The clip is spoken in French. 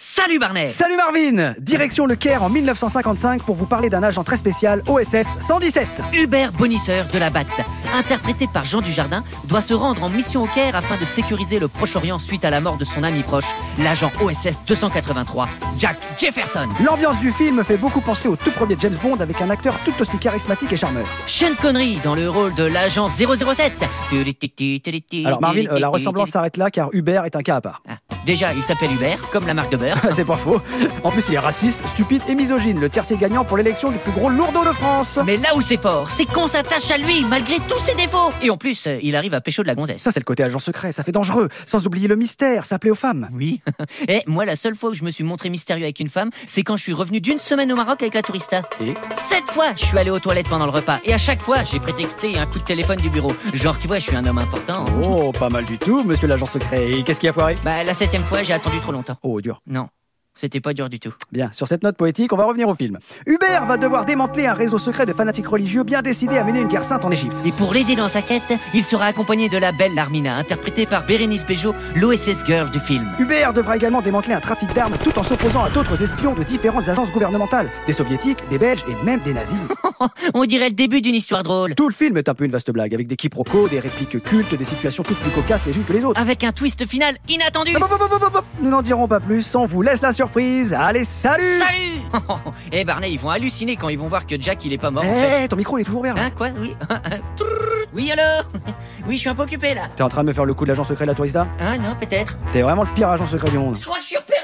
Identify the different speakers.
Speaker 1: Salut Barnet
Speaker 2: Salut Marvin Direction le Caire en 1955 pour vous parler d'un agent très spécial, OSS 117.
Speaker 1: Hubert Bonisseur de la Batte, interprété par Jean Dujardin, doit se rendre en mission au Caire afin de sécuriser le Proche-Orient suite à la mort de son ami proche, l'agent OSS 283, Jack Jefferson.
Speaker 2: L'ambiance du film fait beaucoup penser au tout premier James Bond avec un acteur tout aussi charismatique et charmeur.
Speaker 1: Sean Connery dans le rôle de l'agent 007.
Speaker 2: Alors Marvin, euh, la ressemblance s'arrête là car Hubert est un cas à part.
Speaker 1: Ah, Déjà, il s'appelle Hubert, comme la marque de beurre.
Speaker 2: C'est pas faux. En plus, il est raciste, stupide et misogyne, le tiercé gagnant pour l'élection du plus gros lourdeau de France.
Speaker 1: Mais là où c'est fort, c'est qu'on s'attache à lui malgré tous ses défauts. Et en plus, euh, il arrive à pécho de la gonzesse.
Speaker 2: Ça, c'est le côté agent secret, ça fait dangereux. Sans oublier le mystère, ça plaît aux femmes.
Speaker 1: Oui. Et moi, la seule fois où je me suis montré mystérieux avec une femme, c'est quand je suis revenu d'une semaine au Maroc avec la tourista.
Speaker 2: Et
Speaker 1: Sept fois, je suis allé aux toilettes pendant le repas. Et à chaque fois, j'ai prétexté un coup de téléphone du bureau. Genre, tu vois, je suis un homme important.
Speaker 2: Oh, pas mal du tout, monsieur l'agent secret. Et qu'est-ce qui a foiré
Speaker 1: Bah, la septième fois, j'ai attendu trop longtemps.
Speaker 2: Oh, dur.
Speaker 1: Non, c'était pas dur du tout.
Speaker 2: Bien, sur cette note poétique, on va revenir au film. Hubert va devoir démanteler un réseau secret de fanatiques religieux bien décidés à mener une guerre sainte en Égypte.
Speaker 1: Et pour l'aider dans sa quête, il sera accompagné de la belle Larmina, interprétée par Bérénice Bejo, l'OSS Girl du film.
Speaker 2: Hubert devra également démanteler un trafic d'armes tout en s'opposant à d'autres espions de différentes agences gouvernementales, des soviétiques, des belges et même des nazis.
Speaker 1: On dirait le début d'une histoire drôle.
Speaker 2: Tout le film est un peu une vaste blague, avec des quiproquos, des répliques cultes, des situations toutes plus cocasses les unes que les autres.
Speaker 1: Avec un twist final inattendu.
Speaker 2: Hop, hop, hop, hop, hop, hop. Nous n'en dirons pas plus, on vous laisse la surprise. Allez, salut
Speaker 1: Salut Eh Barney, ils vont halluciner quand ils vont voir que Jack, il est pas mort.
Speaker 2: Eh,
Speaker 1: en fait.
Speaker 2: ton micro il est toujours ouvert. là.
Speaker 1: Hein, quoi Oui. Trrr. oui, allô Oui, je suis un peu occupé là.
Speaker 2: T'es en train de me faire le coup de l'agent secret de la tourista
Speaker 1: Ah non, peut-être.
Speaker 2: T'es vraiment le pire agent secret du monde.
Speaker 1: Je crois que je suis occupé